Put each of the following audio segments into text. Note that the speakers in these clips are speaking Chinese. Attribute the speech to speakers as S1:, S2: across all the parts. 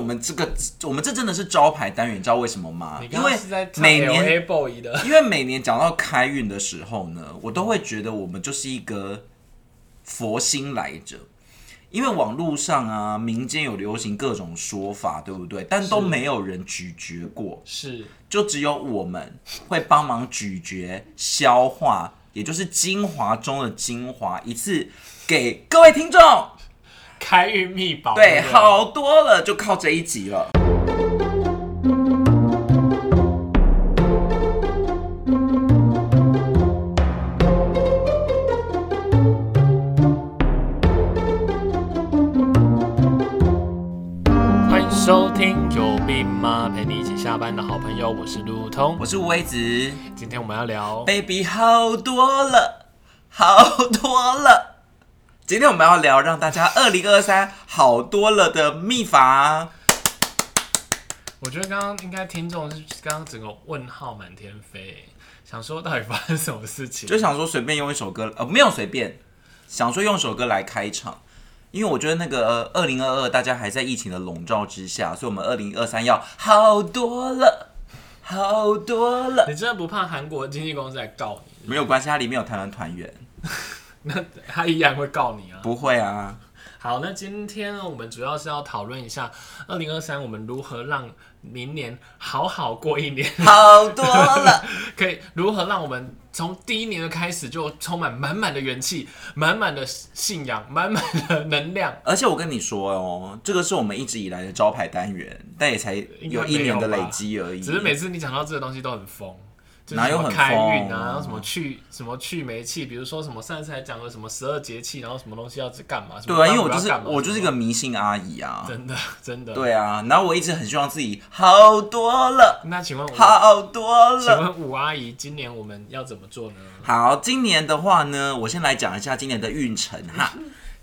S1: 们这个我们这真的是招牌单元，你知道为什么吗？
S2: 你
S1: 啊因
S2: 刚刚
S1: 为
S2: 是在
S1: 每年
S2: A boy 的，
S1: 因为每年讲到开运的时候呢，我都会觉得我们就是一个佛心来着。因为网络上啊，民间有流行各种说法，对不对？但都没有人咀嚼过，
S2: 是
S1: 就只有我们会帮忙咀嚼、消化，也就是精华中的精华，一次给各位听众。
S2: 开运秘宝。
S1: 对，
S2: 不
S1: 好多了，就靠这一集了。
S2: 欢迎收听有病吗？陪你一起下班的好朋友，我是路路通
S1: 我。是哎微子
S2: 今天我们要聊，
S1: ，baby 好多了，好多了。今天我们要聊让大家二零二三好多了的秘法。
S2: 我觉得刚刚应该听众是刚刚整个问号满天飞，想说到底发生什么事情？
S1: 就想说随便用一首歌，呃，没有随便，想说用首歌来开场，因为我觉得那个呃二零二二大家还在疫情的笼罩之下，所以我们二零二三要好多了，好多了。
S2: 你真的不怕韩国经纪公司来告你？
S1: 没有关系，它里面有台湾团员，
S2: 那他依然会告你啊。
S1: 不会啊。
S2: 好，那今天呢，我们主要是要讨论一下二零二三我们如何让明年好好过一年，
S1: 好多了，
S2: 可以如何让我们从第一年的开始就充满满满的元气、满满的信仰、满满的能量。
S1: 而且我跟你说哦，这个是我们一直以来的招牌单元，但也才有一年的累积而已。
S2: 只是每次你讲到这个东西都很疯，就是
S1: 哪
S2: 什
S1: 有
S2: 么
S1: 很
S2: 开运
S1: 疯
S2: 啊，然后什么去什么去霉气，比如说什么上次还讲了什么十二节气，然后什么东西要干嘛？什么
S1: 对啊，因为我
S2: 当
S1: 就
S2: 归要
S1: 是
S2: 干嘛
S1: 我就是一个
S2: 什么
S1: 迷信阿姨啊，
S2: 真的真的。
S1: 对啊，然后我一直很希望自己好多了，
S2: 那请问我
S1: 好多
S2: 请
S1: 了。
S2: 问五阿姨，今年我们要怎么做呢？
S1: 好，今年的话呢，我先来讲一下今年的运程 哈。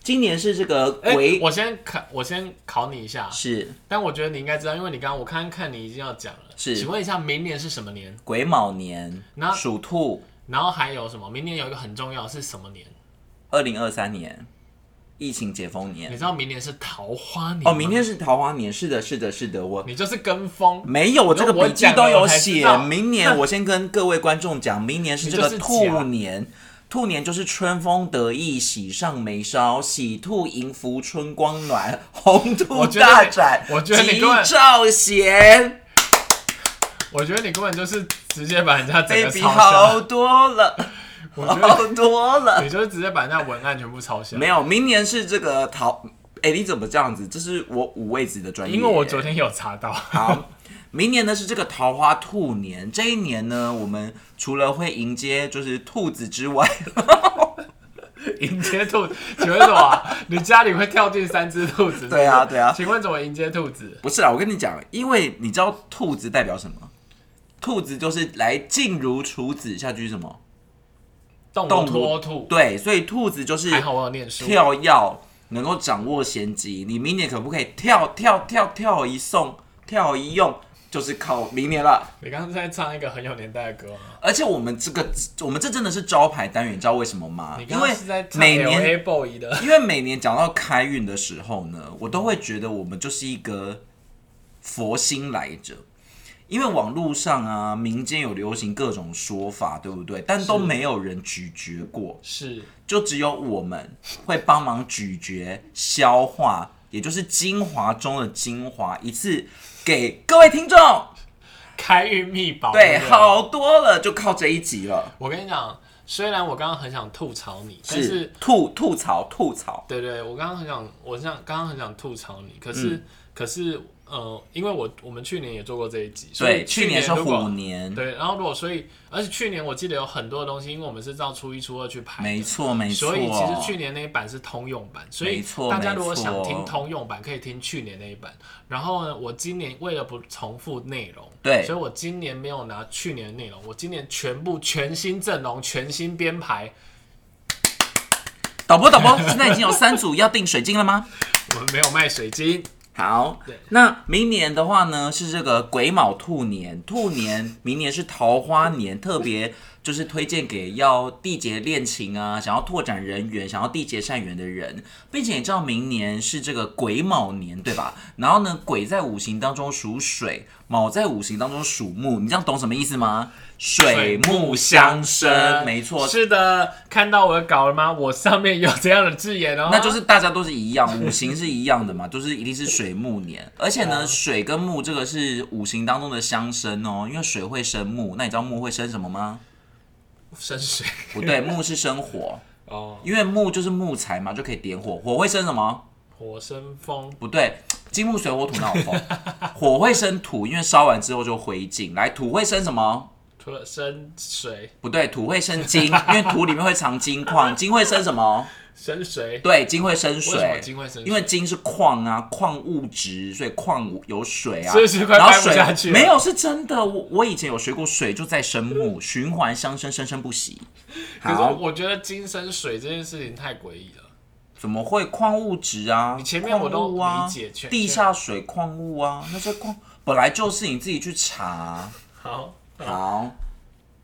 S1: 今年是这个
S2: 哎、
S1: 癸、
S2: 我先考，我先考你一下，
S1: 是
S2: 但我觉得你应该知道，因为你刚刚我看看你已经要讲了。
S1: 是
S2: 请问一下，明年是什么年？
S1: 癸卯年
S2: 那，
S1: 属兔，
S2: 然后还有什么？明年有一个很重要的是什么年？
S1: 嗯二零二三年，疫情解封年
S2: 你。知道明年是桃花年吗
S1: 哦，明天是桃花年，是的，是的，是的，我
S2: 你就是跟风，
S1: 没有，我这个笔记都有写
S2: 我讲了我才知道。
S1: 明年我先跟各位观众讲，明年是这
S2: 你
S1: 个
S2: 就是
S1: 兔
S2: 假
S1: 年，兔年就是春风得意，喜上眉梢，喜兔迎福，春光暖， 红兔
S2: 我觉得你
S1: 大展，
S2: 我觉得你
S1: 吉
S2: 根本
S1: 兆贤
S2: 我觉得你根本就是直接把人家整个
S1: ，baby
S2: 抄下
S1: 好，多 了，
S2: 我觉得
S1: 好多了。
S2: 你就是直接把人家文案全部抄下。
S1: 没有，明年是这个桃，哎、你怎么这样子？这是我五位子的专业，
S2: 因为我昨天有查到，
S1: 好， 明年呢是这个桃花兔年，这一年呢，我们除了会迎接就是兔子之外，
S2: 迎接兔，请问什么啊？你家里会跳进三只兔子？
S1: 对啊对啊
S2: 请问怎么迎接兔子？
S1: 不是啦，我跟你讲，因为你知道兔子代表什么？兔子就是来静如处子，下句是什么？
S2: 动
S1: 动
S2: 如
S1: 如
S2: 脱兔。
S1: 对，所以兔子就是
S2: 还好我有念书。
S1: 跳跃，能够掌握先机。你明年可不可以跳跳跳跳一送跳一用，就是靠明年了。
S2: 你刚刚在唱一个很有年代的歌吗？
S1: 而且我们这个，我们这真的是招牌单元，你知道为什么吗？
S2: 你
S1: 因
S2: 刚刚
S1: 为
S2: 是在唱
S1: 每年
S2: LA Boy 的，
S1: 因为每年讲到开运的时候呢，我都会觉得我们就是一个佛心来着。因为网络上啊，民间有流行各种说法，对不对？但都没有人咀嚼过，
S2: 是
S1: 就只有我们会帮忙咀嚼、消化，也就是精华中的精华，一次给各位听众。
S2: 开运秘宝。
S1: 对，
S2: 不
S1: 好多了，就靠这一集了。
S2: 我跟你讲，虽然我刚刚很想吐槽你，但
S1: 是
S2: 是
S1: 吐吐槽吐槽，
S2: 对对，我刚刚很想，我想刚刚很想吐槽你，可
S1: 嗯
S2: 是、可是呃，因为我我们去年也做过这一集，所以
S1: 对，去年是
S2: 如果
S1: 虎年，
S2: 对，然后如果所以，而且去年我记得有很多东西，因为我们是照初一初二去排的，
S1: 没错没错。
S2: 所以其实去年那一版是通用版，所
S1: 没
S2: 以
S1: 错
S2: 大家如果
S1: 没错
S2: 想听通用版，可以听去年那一版。然后呢，我今年为了不重复内容，
S1: 对
S2: 所以我今年没有拿去年的内容，我今年全部全新阵容、全新编排，
S1: 导播，导播， 现在已经有三组要订水晶了吗？
S2: 我们没有卖水晶，
S1: 好
S2: 对，
S1: 那明年的话呢，是这个癸卯兔年，兔年明年是桃花年，特别就是推荐给要缔结恋情啊，想要拓展人缘、想要缔结善缘的人，并且你知道明年是这个癸卯年，对吧？然后呢，癸在五行当中属水，卯在五行当中属木，你这样懂什么意思吗？水木相生，没错，
S2: 是的，看到我的稿了吗？我上面有这样的字眼哦，
S1: 那就是大家都是一样，五行是一样的嘛， 就是一定是水木年。而且
S2: 啊
S1: 呢，水跟木这个是五行当中的相生哦，因为水会生木，那你知道木会生什么吗？
S2: 深水
S1: 不 对，木是生火，
S2: 哦，
S1: 因为木就是木材嘛，就可以点火。火会生什么？
S2: 火生风，
S1: 不对，金木水火土哪有 风？火会生土，因为烧完之后就灰烬。来，土会生什么？
S2: 除了生水，
S1: 不对，土会生金，因为土里面会藏金矿。金会生什么？
S2: 生水，
S1: 对，金会生
S2: 为什么
S1: 水。
S2: 金会生水？
S1: 因为金是矿啊，矿物质，所以矿物有水啊，
S2: 是不是快
S1: 然后
S2: 掰不
S1: 水
S2: 下去了
S1: 没有是真的。我我以前有学过，水就在生木，循环相生，生生不息。
S2: 可是
S1: 好，
S2: 我觉得金生水这件事情太诡异了。
S1: 怎么会矿物质啊？
S2: 你前面我
S1: 矿
S2: 都
S1: 物啊
S2: 理解全
S1: 地下水矿物啊，那些矿本来就是你自己去查啊、
S2: 好，
S1: 好，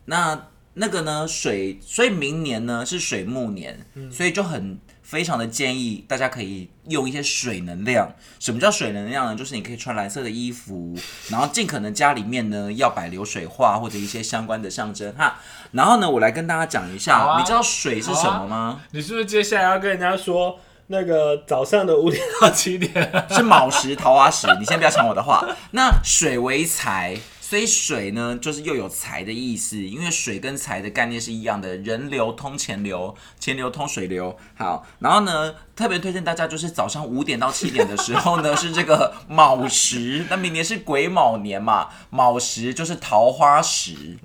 S1: 那那个呢？水，所以明年呢是水木年，
S2: 嗯
S1: 所以就很非常的建议大家可以用一些水能量。什么叫水能量呢？就是你可以穿蓝色的衣 服，然后尽可能家里面呢要摆流水画或者一些相关的象征哈。然后呢，我来跟大家讲一下，
S2: 好啊啊
S1: 你知道水是什么吗？
S2: 你是不是接下来要跟人家说那个早上的五点到七点？
S1: 是卯石、桃花石。你先不要抢我的话。那水为财，所以水呢，就是又有财的意思，因为水跟财的概念是一样的，人流通钱流，钱流通水流。好，然后呢，特别推荐大家就是早上五点到七点的时候呢，是这个卯时，那明年是癸卯年嘛，卯时就是桃花石。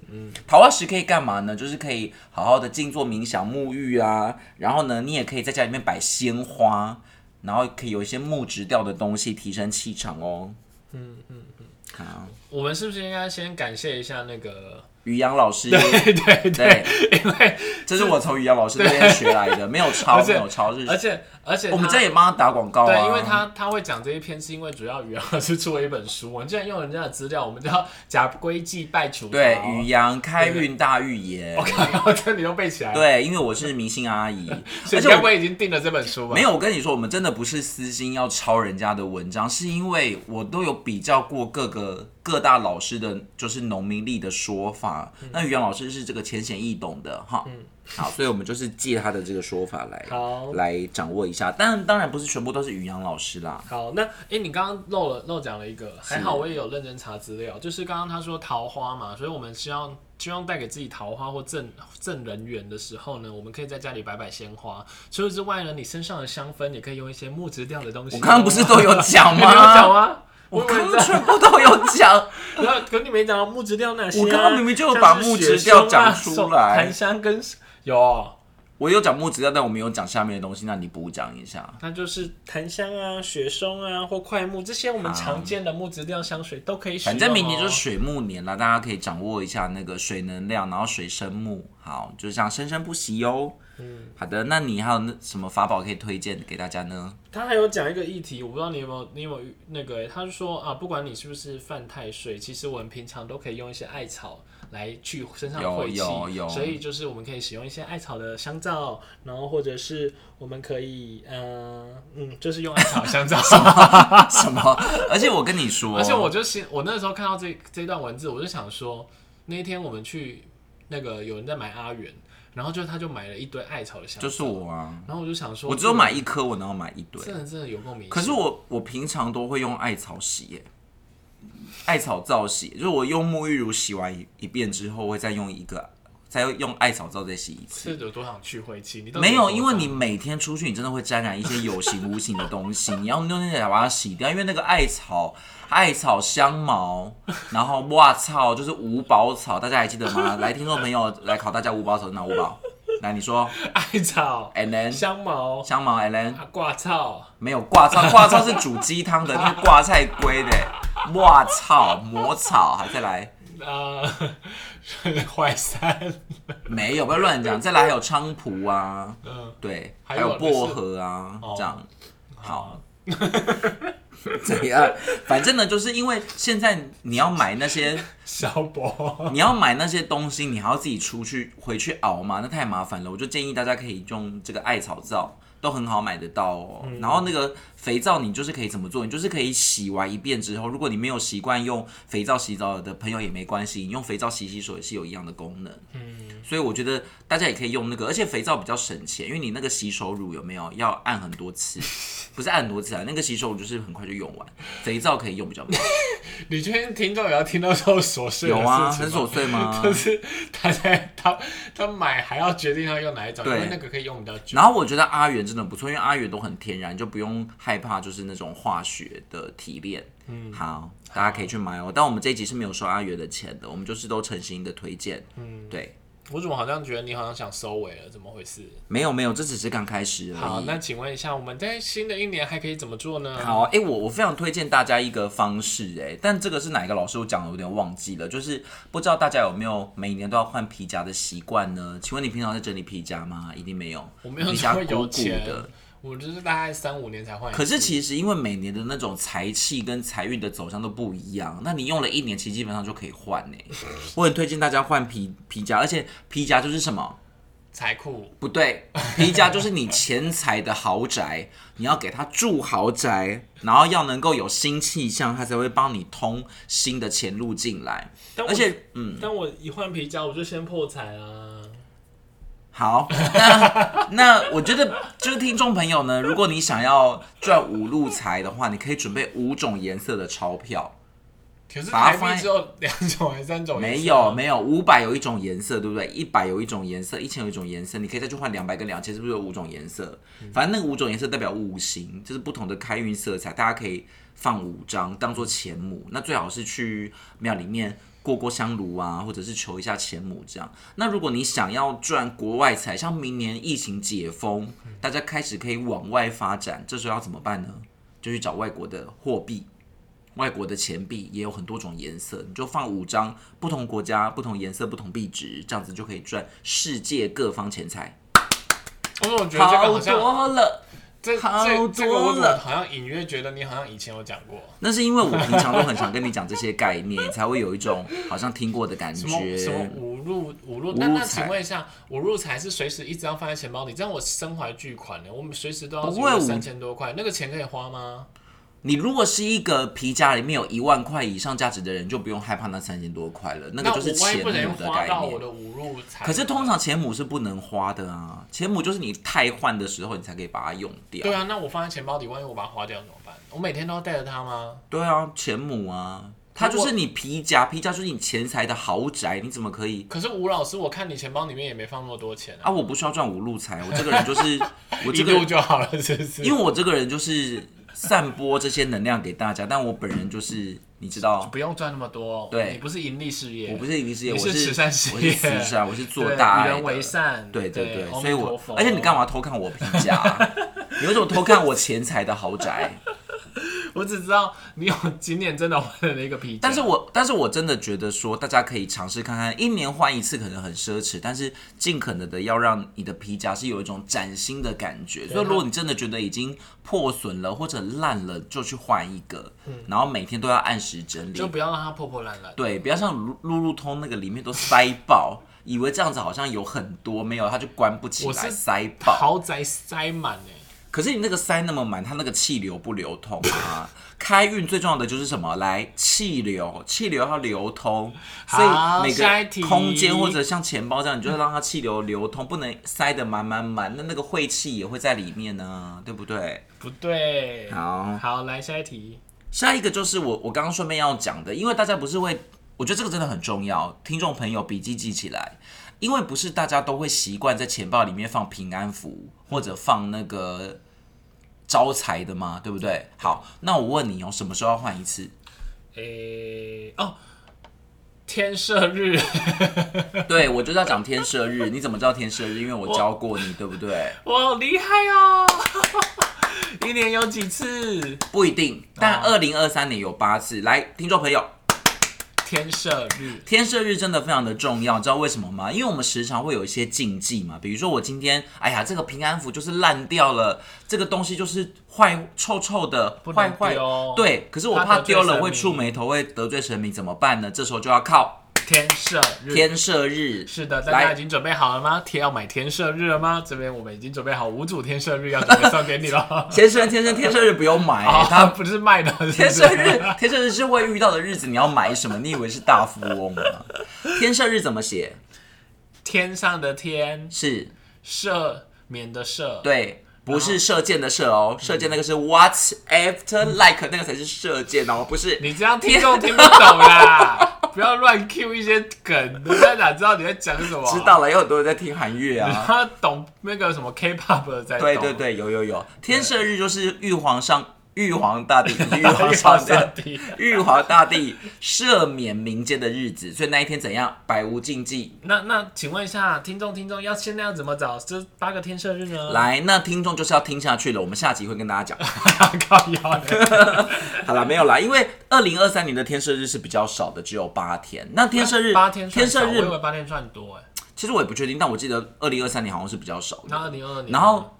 S1: 桃花石可以干嘛呢？就是可以好好的静坐冥想、沐浴啊，然后呢，你也可以在家里面摆鲜花，然后可以有一些木质调的东西提升气场哦。嗯嗯嗯，好，
S2: 我们是不是应该先感谢一下那个？
S1: 于洋老师，
S2: 对对
S1: 对，
S2: 因为
S1: 这是我从于洋老师那边学来的，没有抄，
S2: 而且
S1: 没有抄，是
S2: 而且而且
S1: 我们
S2: 他
S1: 这也帮他打广告啊。
S2: 对，因为他他会讲这一篇，是因为主要宇阳老师出了一本书，我们竟然用人家的资料，我们就要假规矩拜厨。
S1: 对于洋开运大预言
S2: 我，靠，然后这你都背起来了，
S1: 对，因为我是明星阿姨，
S2: 所
S1: 而
S2: 以
S1: 且
S2: 该
S1: 我
S2: 不会已经订了这本书吧？
S1: 没有，我跟你说，我们真的不是私心要抄人家的文章，是因为我都有比较过各个各大老师的，就是农民历的说法。
S2: 嗯
S1: 那于洋老师是这个浅显易懂的哈，好，所以我们就是借他的这个说法来
S2: 好
S1: 来掌握一下。但当然不是全部都是于洋老师啦，
S2: 好，那哎、诶你刚刚漏了漏讲了一个，还好我也有认真查资料，就是刚刚他说桃花嘛，所以我们希望希望带给自己桃花或正正人缘的时候呢，我们可以在家里摆摆鲜花。除此之外呢，你身上的香氛也可以用一些木质调的东西。哦
S1: 我刚刚不是都有讲
S2: 你
S1: 吗
S2: 没有讲吗？
S1: 我
S2: 以为
S1: 刚
S2: 你
S1: 刚
S2: 在
S1: 全部都有讲。
S2: 然后可你没讲到木质调那些、啊，
S1: 我刚刚明明就有把木质调讲出来
S2: 像是雪松啊檀香跟有，
S1: 我有讲木质调，但我没有讲下面的东西，那你补讲一下。
S2: 那就是檀香啊、雪松啊或快木这些我们常见的木质调香水都可以使用、
S1: 反
S2: 哦。
S1: 正明年就是水木年了，大家可以掌握一下那个水能量，然后水生木，好，就这样生生不息哦。嗯，好的，那你还有那什么法宝可以推荐给大家呢？
S2: 他还有讲一个议题，我不知道你有没有，你有没有那个、他是说啊，不管你是不是犯太岁，其实我们平常都可以用一些艾草来去身上
S1: 有
S2: 晦气
S1: 有有，
S2: 所以就是我们可以使用一些艾草的香皂，然后或者是我们可以，嗯、嗯，就是用艾草香皂。
S1: 什么？而且我跟你说，
S2: 而且我就心，我那时候看到这这段文字，我就想说，那一天我们去那个有人在买阿元，然后就他就买了一堆艾草的香皂，
S1: 就是我啊，
S2: 然后我就想说，
S1: 我只有买一颗，我哪有买一堆
S2: 这，？真的真的有够迷信。
S1: 可是我我平常都会用艾草洗耶，艾草皂洗，就是我用沐浴乳洗完一一遍之后，会再用一个，再用艾草皂再洗一次。
S2: 是有多想去晦气？你到底
S1: 没有，
S2: 多
S1: 因为
S2: 少
S1: 你每天出去，你真的会沾染一些有形无形的东西， 你要用那些把它洗掉。因为那个艾草、艾草香茅，然后哇操，就是五宝草，大家还记得 吗？来，听众朋友来考大家五宝草是哪五宝？来，你说
S2: 艾草、
S1: ，and then
S2: 香茅、
S1: 香茅，and then
S2: 啊挂草，
S1: 没有挂菜，挂菜是煮鸡汤的，那是挂菜龟的。哇操，魔草，还再来
S2: 呃， 淮山，
S1: 没有？不要乱讲，再来还有菖蒲啊，
S2: 嗯，
S1: 对，
S2: 还
S1: 还
S2: 有哦
S1: 有薄荷啊，这样
S2: 好
S1: 好。 怎样？反正呢，就是因为现在你要买那些，
S2: 小博，
S1: 你要买那些东西，你还要自己出去回去熬嘛，那太麻烦了。我就建议大家可以用这个艾草皂，都很好买得到哦。
S2: 嗯
S1: 然后那个肥皂，你就是可以怎么做？你就是可以洗完一遍之后，如果你没有习惯用肥皂洗澡的朋友也没关系，你用肥皂洗洗手也是有一样的功能。嗯，所以我觉得大家也可以用那个，而且肥皂比较省钱，因为你那个洗手乳有没有要按很多 次？不是按很多次啊，那个洗手乳就是很快就用完，肥皂可以用比较慢。
S2: 你确定听众也要听到这种琐碎的
S1: 有啊，
S2: 事
S1: 很
S2: 情吗
S1: 琐碎 吗？
S2: 就是他在他他买还要决定要用哪一种，因
S1: 对
S2: 为那个可以用比较久。
S1: 然后我觉得阿元真的不错，因为阿元都很天然，就不用害怕就是那种化学的提炼。嗯，好，大家可以去买哦。但我们这一集是没有收阿元的钱的，我们就是都诚心的推荐。嗯，对，
S2: 我怎么好像觉得你好像想收尾了？怎么回事？
S1: 没有没有，这只是刚开始而已。
S2: 好，那请问一下，我们在新的一年还可以怎么做呢？
S1: 好，哎、我我非常推荐大家一个方式、哎，但这个是哪一个老师我讲的有点忘记了，就是不知道大家有没有每年都要换皮夹的习惯呢？请问你平常在整理皮夹吗？一定没有，
S2: 我没有
S1: 皮夹
S2: 这么有
S1: 鼓鼓
S2: 钱
S1: 的。
S2: 我就是大概三五年才换一次。
S1: 可是其实因为每年的那种财气跟财运的走向都不一样，那你用了一年，其实基本上就可以换呢、 我很推荐大家换皮皮夹，而且皮夹就是什么？
S2: 财库
S1: 不对，皮夹就是你钱财的豪宅，你要给他住豪宅，然后要能够有新气象，他才会帮你通新的钱路进来。
S2: 但我
S1: 而且，嗯，
S2: 但我一换皮夹，我就先破财啊啦。
S1: 好，那那我觉得就是听众朋友呢，如果你想要赚五路财的话，你可以准备五种颜色的钞票。
S2: 可是
S1: 把它
S2: 台
S1: 放
S2: 币
S1: 在
S2: 只有两种还是三种颜色啊？
S1: 没有没有，五百有一种颜色，对不对？一百有一种颜色，一千有一种颜色，你可以再去换两百跟两千，是不是有五种颜色？
S2: 嗯
S1: 反正那个五种颜色代表五行，就是不同的开运色彩，大家可以放五张当做钱母。那最好是去庙里面过过香炉啊，或者是求一下钱母这样。那如果你想要赚国外财，像明年疫情解封，
S2: 嗯
S1: 大家开始可以往外发展，这时候要怎么办呢？就去找外国的货币。外国的钱币也有很多种颜色，你就放五张不同国家、不同颜色、不同币值，这样子就可以赚世界各方钱财，
S2: 因为我觉得这个
S1: 好
S2: 好像
S1: 多了。
S2: 这
S1: 好
S2: 这这个我怎
S1: 多
S2: 么
S1: 了
S2: 好像隐约觉得你好像以前有讲过
S1: 那是因为我平常都很常跟你讲这些概念，你才会有一种好像听过的感
S2: 什么什么
S1: 觉。
S2: 五入五入，
S1: 入
S2: 那那
S1: 财
S2: 请问一下，五入财是随时一张放在钱包里，这样我身怀巨款呢，我们随时都要
S1: 不会
S2: 有
S1: 五
S2: 三千多块，那个钱可以花吗？
S1: 你如果是一个皮夹里面有一万块以上价值的人，就不用害怕那三千多块了，那个
S2: 那
S1: 就是
S2: 我万一
S1: 钱
S2: 不小心
S1: 母的
S2: 花
S1: 概
S2: 到我
S1: 念。
S2: 的五入财，
S1: 可是通常钱母是不能花的啊，钱母就是你太换的时候，你才可以把它用掉。
S2: 对啊，那我放在钱包里，万一我把它花掉怎么办？我每天都要带着它吗？
S1: 对啊，钱母啊，它就是你皮夹，皮夹就是你钱财的豪宅，你怎么可以
S2: 可是吴老师，我看你钱包里面也没放那么多钱
S1: 啊？
S2: 啊，
S1: 我不需要赚五路财，我这个人就是 我
S2: 一
S1: 这个
S2: 路，就好了，是不是？
S1: 因为我这个人就是散播这些能量给大家，但我本人就是你知道，
S2: 啊不用赚那么多，
S1: 对
S2: 你不是盈利事业，
S1: 我不是一个事业，
S2: 你
S1: 我
S2: 是慈善事业
S1: 我是慈善，我是做
S2: 对
S1: 大爱
S2: 与人为
S1: 的。
S2: 善，
S1: 对对对，
S2: 阿
S1: 所以
S2: 弥陀
S1: 我
S2: 佛
S1: 而且你干嘛偷看我皮夹 啊？你为什么偷看我钱财的豪宅？
S2: 我只知道你有今年真的换了一个皮夹，
S1: 但是我但是我真的觉得说，大家可以尝试看看，一年换一次可能很奢侈，但是尽可能的要让你的皮夹是有一种崭新的感觉。所以如果你真的觉得已经破损了或者烂了，就去换一个，然后每天都要按时整
S2: 嗯就
S1: 理。
S2: 不要让它破破烂烂。
S1: 对，不要像路路路通那个里面都塞爆，以为这样子好像有很多，没有它就关不起
S2: 我
S1: 来，
S2: 是
S1: 塞爆。
S2: 豪宅塞满哎、
S1: 可是你那个塞那么满，它那个气流不流通 啊。开运最重要的就是什么？来，气流，气流要流通，所
S2: 好
S1: 以每
S2: 下一
S1: 个
S2: 题
S1: 空间或者像钱包这样，你就让它气流流通，不能塞得满满满，那那个晦气也会在里面呢、对不对？
S2: 不对。
S1: 好，
S2: 好，来下一题。
S1: 下一个就是我我刚刚顺便要讲的，因为大家不是会，我觉得这个真的很重要，听众朋友笔记记起来，因为不是大家都会习惯在钱包里面放平安符或者放那个招财的嘛，对不对？好，那我问你哦，什么时候要换一次？
S2: 诶、哦，天赦日，
S1: 对我就是要讲天赦日，你怎么知道天赦日？因为我教过你，对不对？
S2: 我好厉害哦！ 一年有几次？
S1: 不一定，但二零二三年有八次。来，听众朋友，
S2: 天赦日，
S1: 天赦日真的非常的重要，知道为什么吗？因为我们时常会有一些禁忌嘛，比如说我今天，哎呀，这个平安符就是烂掉了，这个东西就是坏臭臭的，
S2: 不
S1: 坏
S2: 能
S1: 坏，
S2: 丢
S1: 对。可是我
S2: 怕
S1: 怕
S2: 得罪
S1: 丢了
S2: 神
S1: 会
S2: 明
S1: 触眉头，会得罪神明，怎么办呢？这时候就要靠
S2: 天赦日。
S1: 天赦日，
S2: 是的，大家
S1: 来。
S2: 已经准备好了吗？天要买天赦日了吗？这边我们已经准备好五组天赦日要准备送给你了
S1: 先生，天生天赦日不用 买、
S2: 啊，
S1: 他
S2: 它不是卖的，是不是
S1: 哎天赦日，天赦日是会遇到的日子，你要买什么？你以为是大富翁吗？天赦日怎么写？
S2: 天上的天，
S1: 是
S2: 赦免的赦，
S1: 对，不是射箭的射哦，射箭那个是 what after like 那个才是射箭哦，不是。
S2: 你这样听众听不懂啦，不要乱 Q 一些梗，人家哪知道你在讲什么？
S1: 知，道了，有很多人在听韩乐啊。
S2: 他懂那个什么 K-pop 的在懂。
S1: 对对，对，有有有，天赦日就是玉皇上玉皇大 帝，玉皇上
S2: 上
S1: 帝。
S2: 帝，
S1: 玉皇大帝赦免民间的日子，所以那一天怎样？百无禁忌，
S2: 那那请问一下听众，听众要现在要怎么找这八个天赦日呢？
S1: 来，那听众就是要听下去了。我们下集会跟大家讲。
S2: 靠腰的，
S1: 好啦，没有啦，因为二零二三年的天赦日是比较少的，只有八天。那天赦日，
S2: 八天
S1: 天
S2: 算少
S1: 赦
S2: 我以
S1: 日，
S2: 为八天算多哎。
S1: 其实我也不确定，但我记得二零二三年好像是比较少
S2: 那
S1: 的。
S2: 二零二二年，
S1: 然后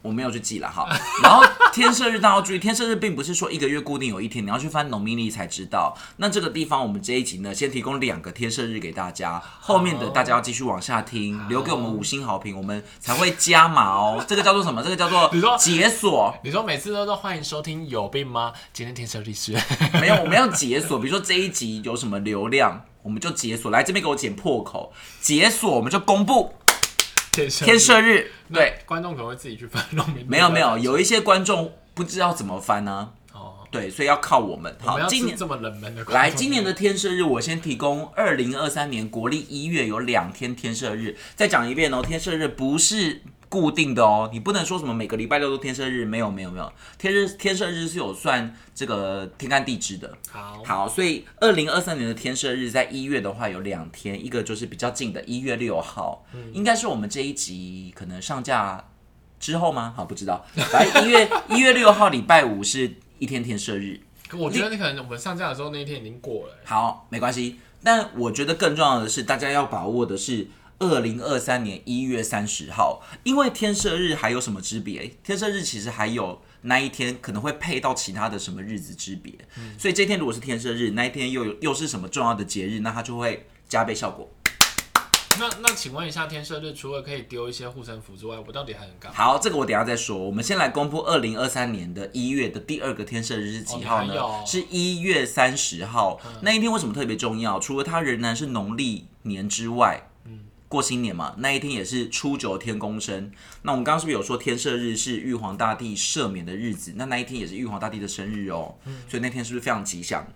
S1: 我没有去记了哈。然后天赦日大家要注意，天赦日并不是说一个月固定有一天，你要去翻农民历才知道。那这个地方我们这一集呢，先提供两个天赦日给大家，后面的大家要继续往下听，留给我们五星好评，我们才会加码 哦。这个叫做什么？这个叫做
S2: 你说
S1: 解 锁。
S2: 你说每次都说欢迎收听有病吗？今天天赦 日是
S1: 没有，我们要解锁，比如说这一集有什么流量，我们就解锁。来这边给我剪破口，解锁我们就公布
S2: 天赦日
S1: 天赦日。
S2: 那
S1: 对，
S2: 观众可能会自己去翻弄明。
S1: 没有没有，有一些观众不知道怎么翻呢、
S2: 哦，
S1: 对，所以要靠我们。
S2: 我们
S1: 好，
S2: 要
S1: 今
S2: 吃
S1: 年
S2: 这么冷门的观众
S1: 来今年的天赦日，我先提供二零二三年国历一月有两天天赦日。再讲一遍哦，天赦日不是。固定的哦，你不能说什么每个礼拜六都天赦日，没有没有没有，天日天赦日是有算这个天干地支的，
S2: 好
S1: 好，所以二零二三年的天赦日在一月的话有两天，一个就是比较近的，一月六号，应该是我们这一集可能上架之后吗？好，不知道，反正一月一月六号礼拜五是一天天赦日，
S2: 可我觉得可能我们上架的时候那一天已经过了、欸
S1: 好，没关系。但我觉得更重要的是，大家要把握的是二零二三年一月三十号，因为天赦日还有什么之别？天赦日其实还有那一天可能会配到其他的什么日子之别，所以这天如果是天赦日，那一天又有又是什么重要的节日，那它就会加倍效果。
S2: 那那请问一下，天赦日除了可以丢一些护身符之外，我到底还能干嘛？
S1: 好，这个我等一下再说。我们先来公布二零二三年的一月的第二个天赦日是几号
S2: 哦
S1: 呢？
S2: 你还嗯有
S1: 是一月三十号。那一天为什么特别重要？除了它仍然是农历年之外，
S2: 嗯
S1: 过新年嘛，那一天也是初九天公生。那我们刚刚是不是有说天赦日是玉皇大帝赦免的日子？那那一天也是玉皇大帝的生日哦，
S2: 嗯
S1: 所以那天是不是非常吉祥？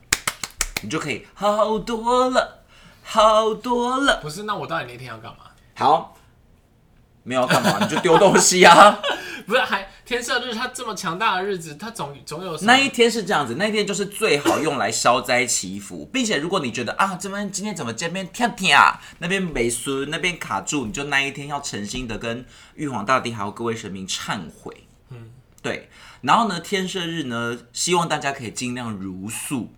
S1: 你就可以好多了，好多了。
S2: 不是，那我到底那天要干嘛？
S1: 好，没有要干嘛？你就丢东西啊。
S2: 不是，还天赦日，它这么强大的日子，它总总有什么
S1: 那一天是这样子，那一天就是最好用来消灾祈福，并且如果你觉得啊，这边今天怎么这边跳跳啊，那边没输，那边卡住，你就那一天要诚心的跟玉皇大帝还有各位神明忏悔。嗯，对。然后呢，天赦日呢，希望大家可以尽量如素，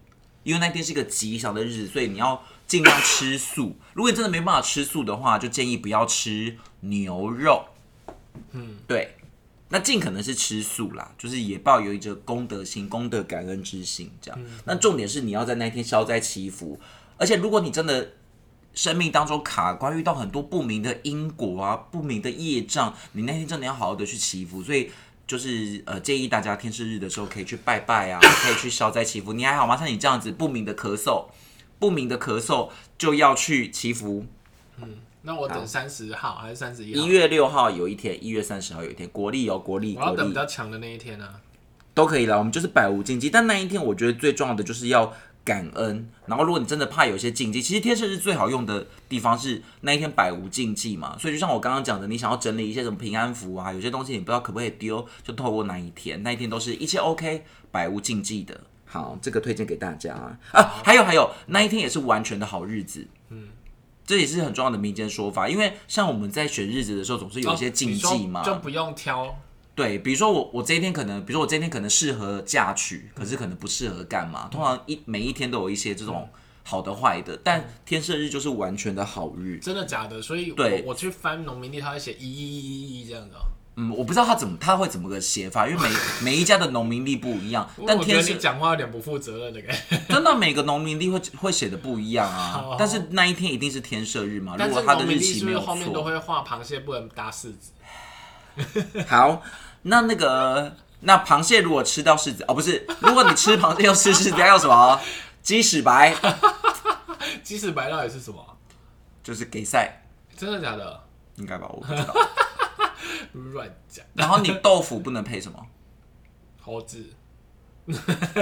S1: 因为那天是一个吉祥的日子，所以你要尽量吃素。如果你真的没办法吃素的话，就建议不要吃牛肉。嗯，对。那尽可能是吃素啦，就是也抱有一着功德心、功德感恩之心这样。
S2: 嗯
S1: 那重点是你要在那一天消灾祈福，而且如果你真的生命当中卡关，遇到很多不明的因果啊、不明的业障，你那天真的要好好的去祈福。所以就是呃，建议大家天赦日的时候可以去拜拜 啊，可以去消灾祈福。你还好吗？像你这样子不明的咳嗽，不明的咳嗽就要去祈福。
S2: 那我等三十号还是三十一
S1: 一
S2: 号？
S1: 月六号有一天，一月三十号有一天，国历哦，国历，
S2: 我
S1: 国
S2: 要等
S1: 历
S2: 比较强的那一天啊。
S1: 都可以啦，我们就是百无禁忌。但那一天，我觉得最重要的就是要感恩。然后，如果你真的怕有一些禁忌，其实天赦日最好用的地方是那一天百无禁忌嘛。所以，就像我刚刚讲的，你想要整理一些什么平安符啊，有些东西你不知道可不可以丢，就透过那一天，那一天都是一切 OK，百无禁忌的。好，这个推荐给大家啊。
S2: 嗯
S1: 啊还有还有，那一天也是完全的好日子。嗯。这也是很重要的民间说法，因为像我们在选日子的时候，总是有一些禁忌嘛，
S2: 哦你说就不用挑。
S1: 对，比如说我我这一天可能，比如说我这一天可能适合嫁娶，可是可能不适合干嘛。通常一每一天都有一些这种好的坏的，但天赦日就是完全的好日。
S2: 真的假的？所以
S1: 对
S2: 我我去翻农民地，他会写一一一一一这样的哦。
S1: 嗯，我不知道他怎么他会怎么个写法，因为每每一家的农民历不一样，但
S2: 我觉
S1: 天
S2: 得你
S1: 赦
S2: 讲话有点不负责任的感 觉。
S1: 真的每个农民历会会写的不一样啊
S2: 好。
S1: 但是那一天一定是天赦日嘛，如
S2: 但
S1: 果
S2: 是
S1: 他
S2: 农
S1: 的
S2: 民
S1: 日
S2: 地
S1: 期
S2: 是不
S1: 没
S2: 是
S1: 有
S2: 后面都
S1: 错。
S2: 会画螃蟹不能搭柿子？
S1: 好，那那个那螃蟹如果吃到柿子哦，不是，如果你吃螃蟹又吃柿子，还有什么？鸡屎白
S2: 鸡屎白到底是什么？
S1: 就是给塞，
S2: 真的假的？
S1: 应该吧？我不知道。
S2: 乱讲，
S1: 然后你豆腐不能配什么？
S2: 猴子。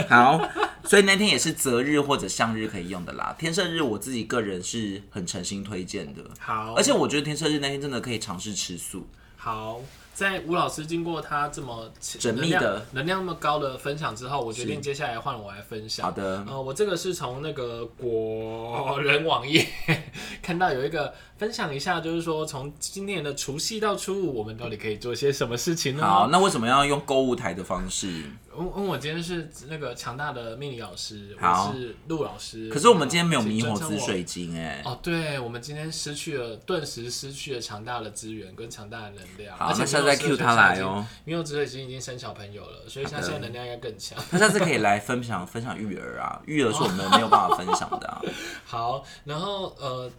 S1: 好，所以那天也是择日或者向日可以用的啦。天赦日我自己个人是很诚心推荐的，
S2: 好，
S1: 而且我觉得天赦日那天真的可以尝试吃素。
S2: 好，在吴老师经过他这么缜
S1: 密的
S2: 能量那么高的分享之后，我决定
S1: 是
S2: 接下来换我来分享。
S1: 好的，
S2: 呃，我这个是从那个果仁网页 看到有一个分享一下，就是说从今年的除夕到初五，我们到底可以做些什么事情呢？
S1: 好，那为什么要用购物台的方式？
S2: 嗯，嗯我今天是那个强大的命理老师，
S1: 好
S2: 我是陆老师。
S1: 可是我们今天没有猕猴
S2: 请尊
S1: 子
S2: 称我
S1: 水晶哎、
S2: 哦，对，我们今天失去了，顿时失去了强大的资源跟强大的能量。
S1: 好
S2: 而且
S1: 那下次再 cue 他来哦。
S2: 因为之已经已经生小朋友了，所以他现在能量应该更强。
S1: 他下次可以来分享分享育儿啊，育儿是我们没有办法分享的啊。
S2: 好，然后呃，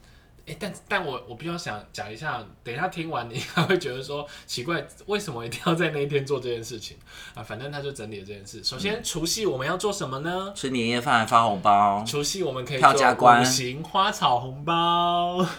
S2: 哎，但但我我比较想讲一下，等一下听完你应该会觉得说奇怪，为什么一定要在那一天做这件事情啊？ 反正他就整理了这件事。首先，除夕我们要做什么呢？
S1: 吃年夜饭发红包，
S2: 除夕我们可以
S1: 嗯票
S2: 做
S1: 价观
S2: 五行花草红包。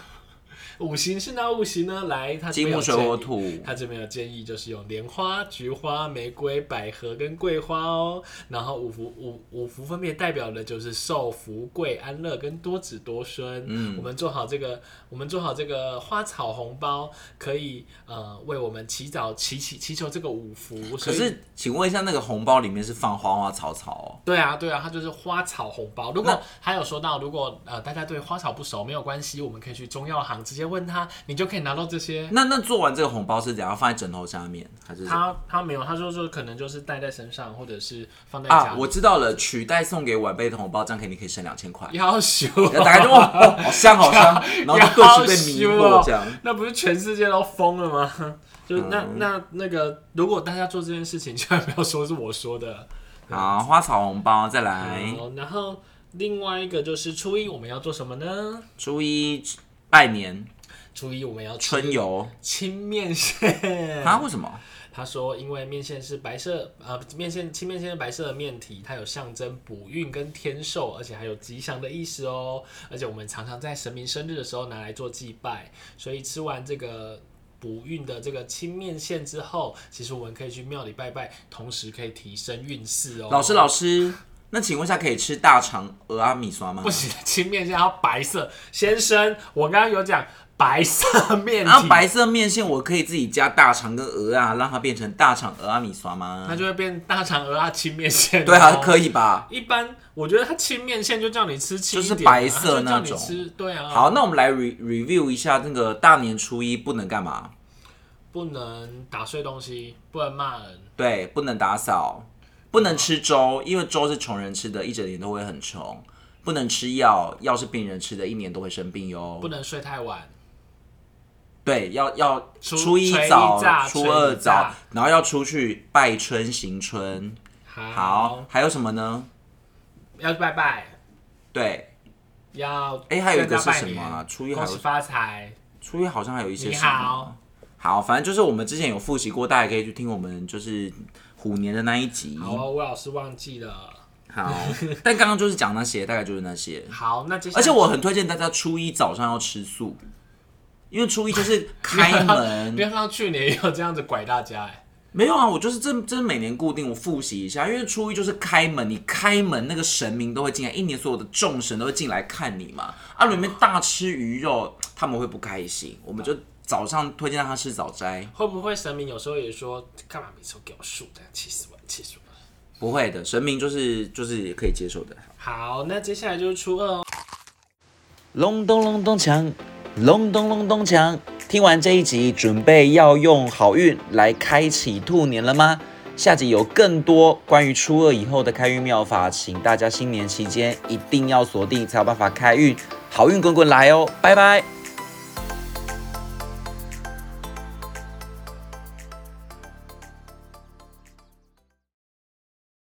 S2: 五行是哪五行呢？来，他这
S1: 金
S2: 边
S1: 木
S2: 有
S1: 水
S2: 建
S1: 火
S2: 议
S1: 土。
S2: 他这边有建议，就是用莲花、菊花、玫瑰、百合跟桂花哦。然后五福五五福分别代表的就是寿、福贵、安乐跟多子多孙。嗯，我们做好这个，我们做好这个花草红包，可以呃为我们祈祷祈祈祈求这个五福。
S1: 可
S2: 所以
S1: 是，请问一下，那个红包里面是放花花草草哦？
S2: 对啊，对啊，它就是花草红包。如果还有说到，如果呃大家对花草不熟，没有关系，我们可以去中药行直接问他，你就可以拿到这些
S1: 那那做完这个红包是怎样放在枕头下面，还是
S2: 他他没有，他说说可能就是带在身上，或者是放在家
S1: 啊？
S2: 里。
S1: 我知道了，取代送给晚辈的红包，这样可以你可以省两千块。
S2: 要修，啊
S1: 然后打开就哇、哦，好香好香， 然后就顿时被迷惑
S2: 哦
S1: 这样。
S2: 啊
S1: 嗯
S2: 那不是全世界都疯了吗？就那、那那个，如果大家做这件事情， 千万不要说是我说的。
S1: 好，花草红包再来，
S2: 好，然后另外一个就是初一我们要做什么呢？
S1: 初一拜年
S2: 初一我们要吃
S1: 春游
S2: 清面线。
S1: 啊？为什么？
S2: 他说，因为面线是白色，呃，面线青面线是白色的面体，它有象征补运跟天寿，而且还有吉祥的意思哦。而且我们常常在神明生日的时候拿来做祭拜，所以吃完这个。补运的这个青面线之后，其实我们可以去庙里拜拜，同时可以提升运势哦。
S1: 老师老师，那请问一下，可以吃大肠鹅阿米刷吗
S2: 不？行，青面线要白色。先生，我刚刚有讲白色面
S1: 然
S2: 体，
S1: 后啊白色面线，我可以自己加大肠跟鹅啊，让它变成大肠鹅阿啊米刷
S2: 那
S1: 吗？
S2: 就会变大肠鹅啊青面线、哦
S1: 对啊，
S2: 以。
S1: 可以吧？
S2: 一般我觉得它青面线就叫你吃轻一点啊，
S1: 就是白色那
S2: 它就
S1: 种
S2: 叫你吃对啊，
S1: 好，那我们来 re review 一下那个大年初一不能干嘛？
S2: 不能打碎东西，不能骂人，
S1: 对，不能打扫，不能吃粥，因为粥是穷人吃的，一整年都会很穷。不能吃药，药是病人吃的，一年都会生病哟
S2: 不。能睡太晚，
S1: 对，要要
S2: 初
S1: 初一
S2: 捶一
S1: 早，
S2: 炸
S1: 初
S2: 捶一
S1: 二早
S2: 炸，
S1: 然后要出去拜春行春。
S2: 好，
S1: 好，还有什么呢？
S2: 要拜拜，
S1: 对，
S2: 要
S1: 哎，还有一个是
S2: 跟他拜
S1: 什么
S2: 年
S1: 啊？初一还
S2: 恭
S1: 有
S2: 喜发财，
S1: 初一好像还有一些
S2: 你
S1: 什么
S2: 好。
S1: 好，反正就是我们之前有复习过，大家可以去听我们就是虎年的那一集。
S2: 好哦，吴老师忘记了，
S1: 好，但刚刚就是讲那些，大概就是那些。
S2: 好，那接下
S1: 而
S2: 来
S1: 且我很推荐大家初一早上要吃素，因为初一就是开
S2: 不
S1: 门。
S2: 要像去年也有这样子拐大家哎，
S1: 没有啊，我就是真真每年固定我复习一下，因为初一就是开门，你开门那个神明都会进来，一年所有的众神都会进来看你嘛。啊，里面大吃鱼肉，他们会不开心，我们就早上推荐让他吃早斋，
S2: 会不会神明有时候也说干嘛每次都给我数的，气死我了，气死我了。
S1: 不会的，神明就是就是可以接受的。
S2: 好，那接下来就是初二哦。
S1: 隆咚隆咚锵，隆咚隆咚锵。听完这一集，准备要用好运来开启兔年了吗？下集有更多关于初二以后的开运妙法，请大家新年期间一定要锁定，才有办法开运，好运滚滚来哦！拜拜。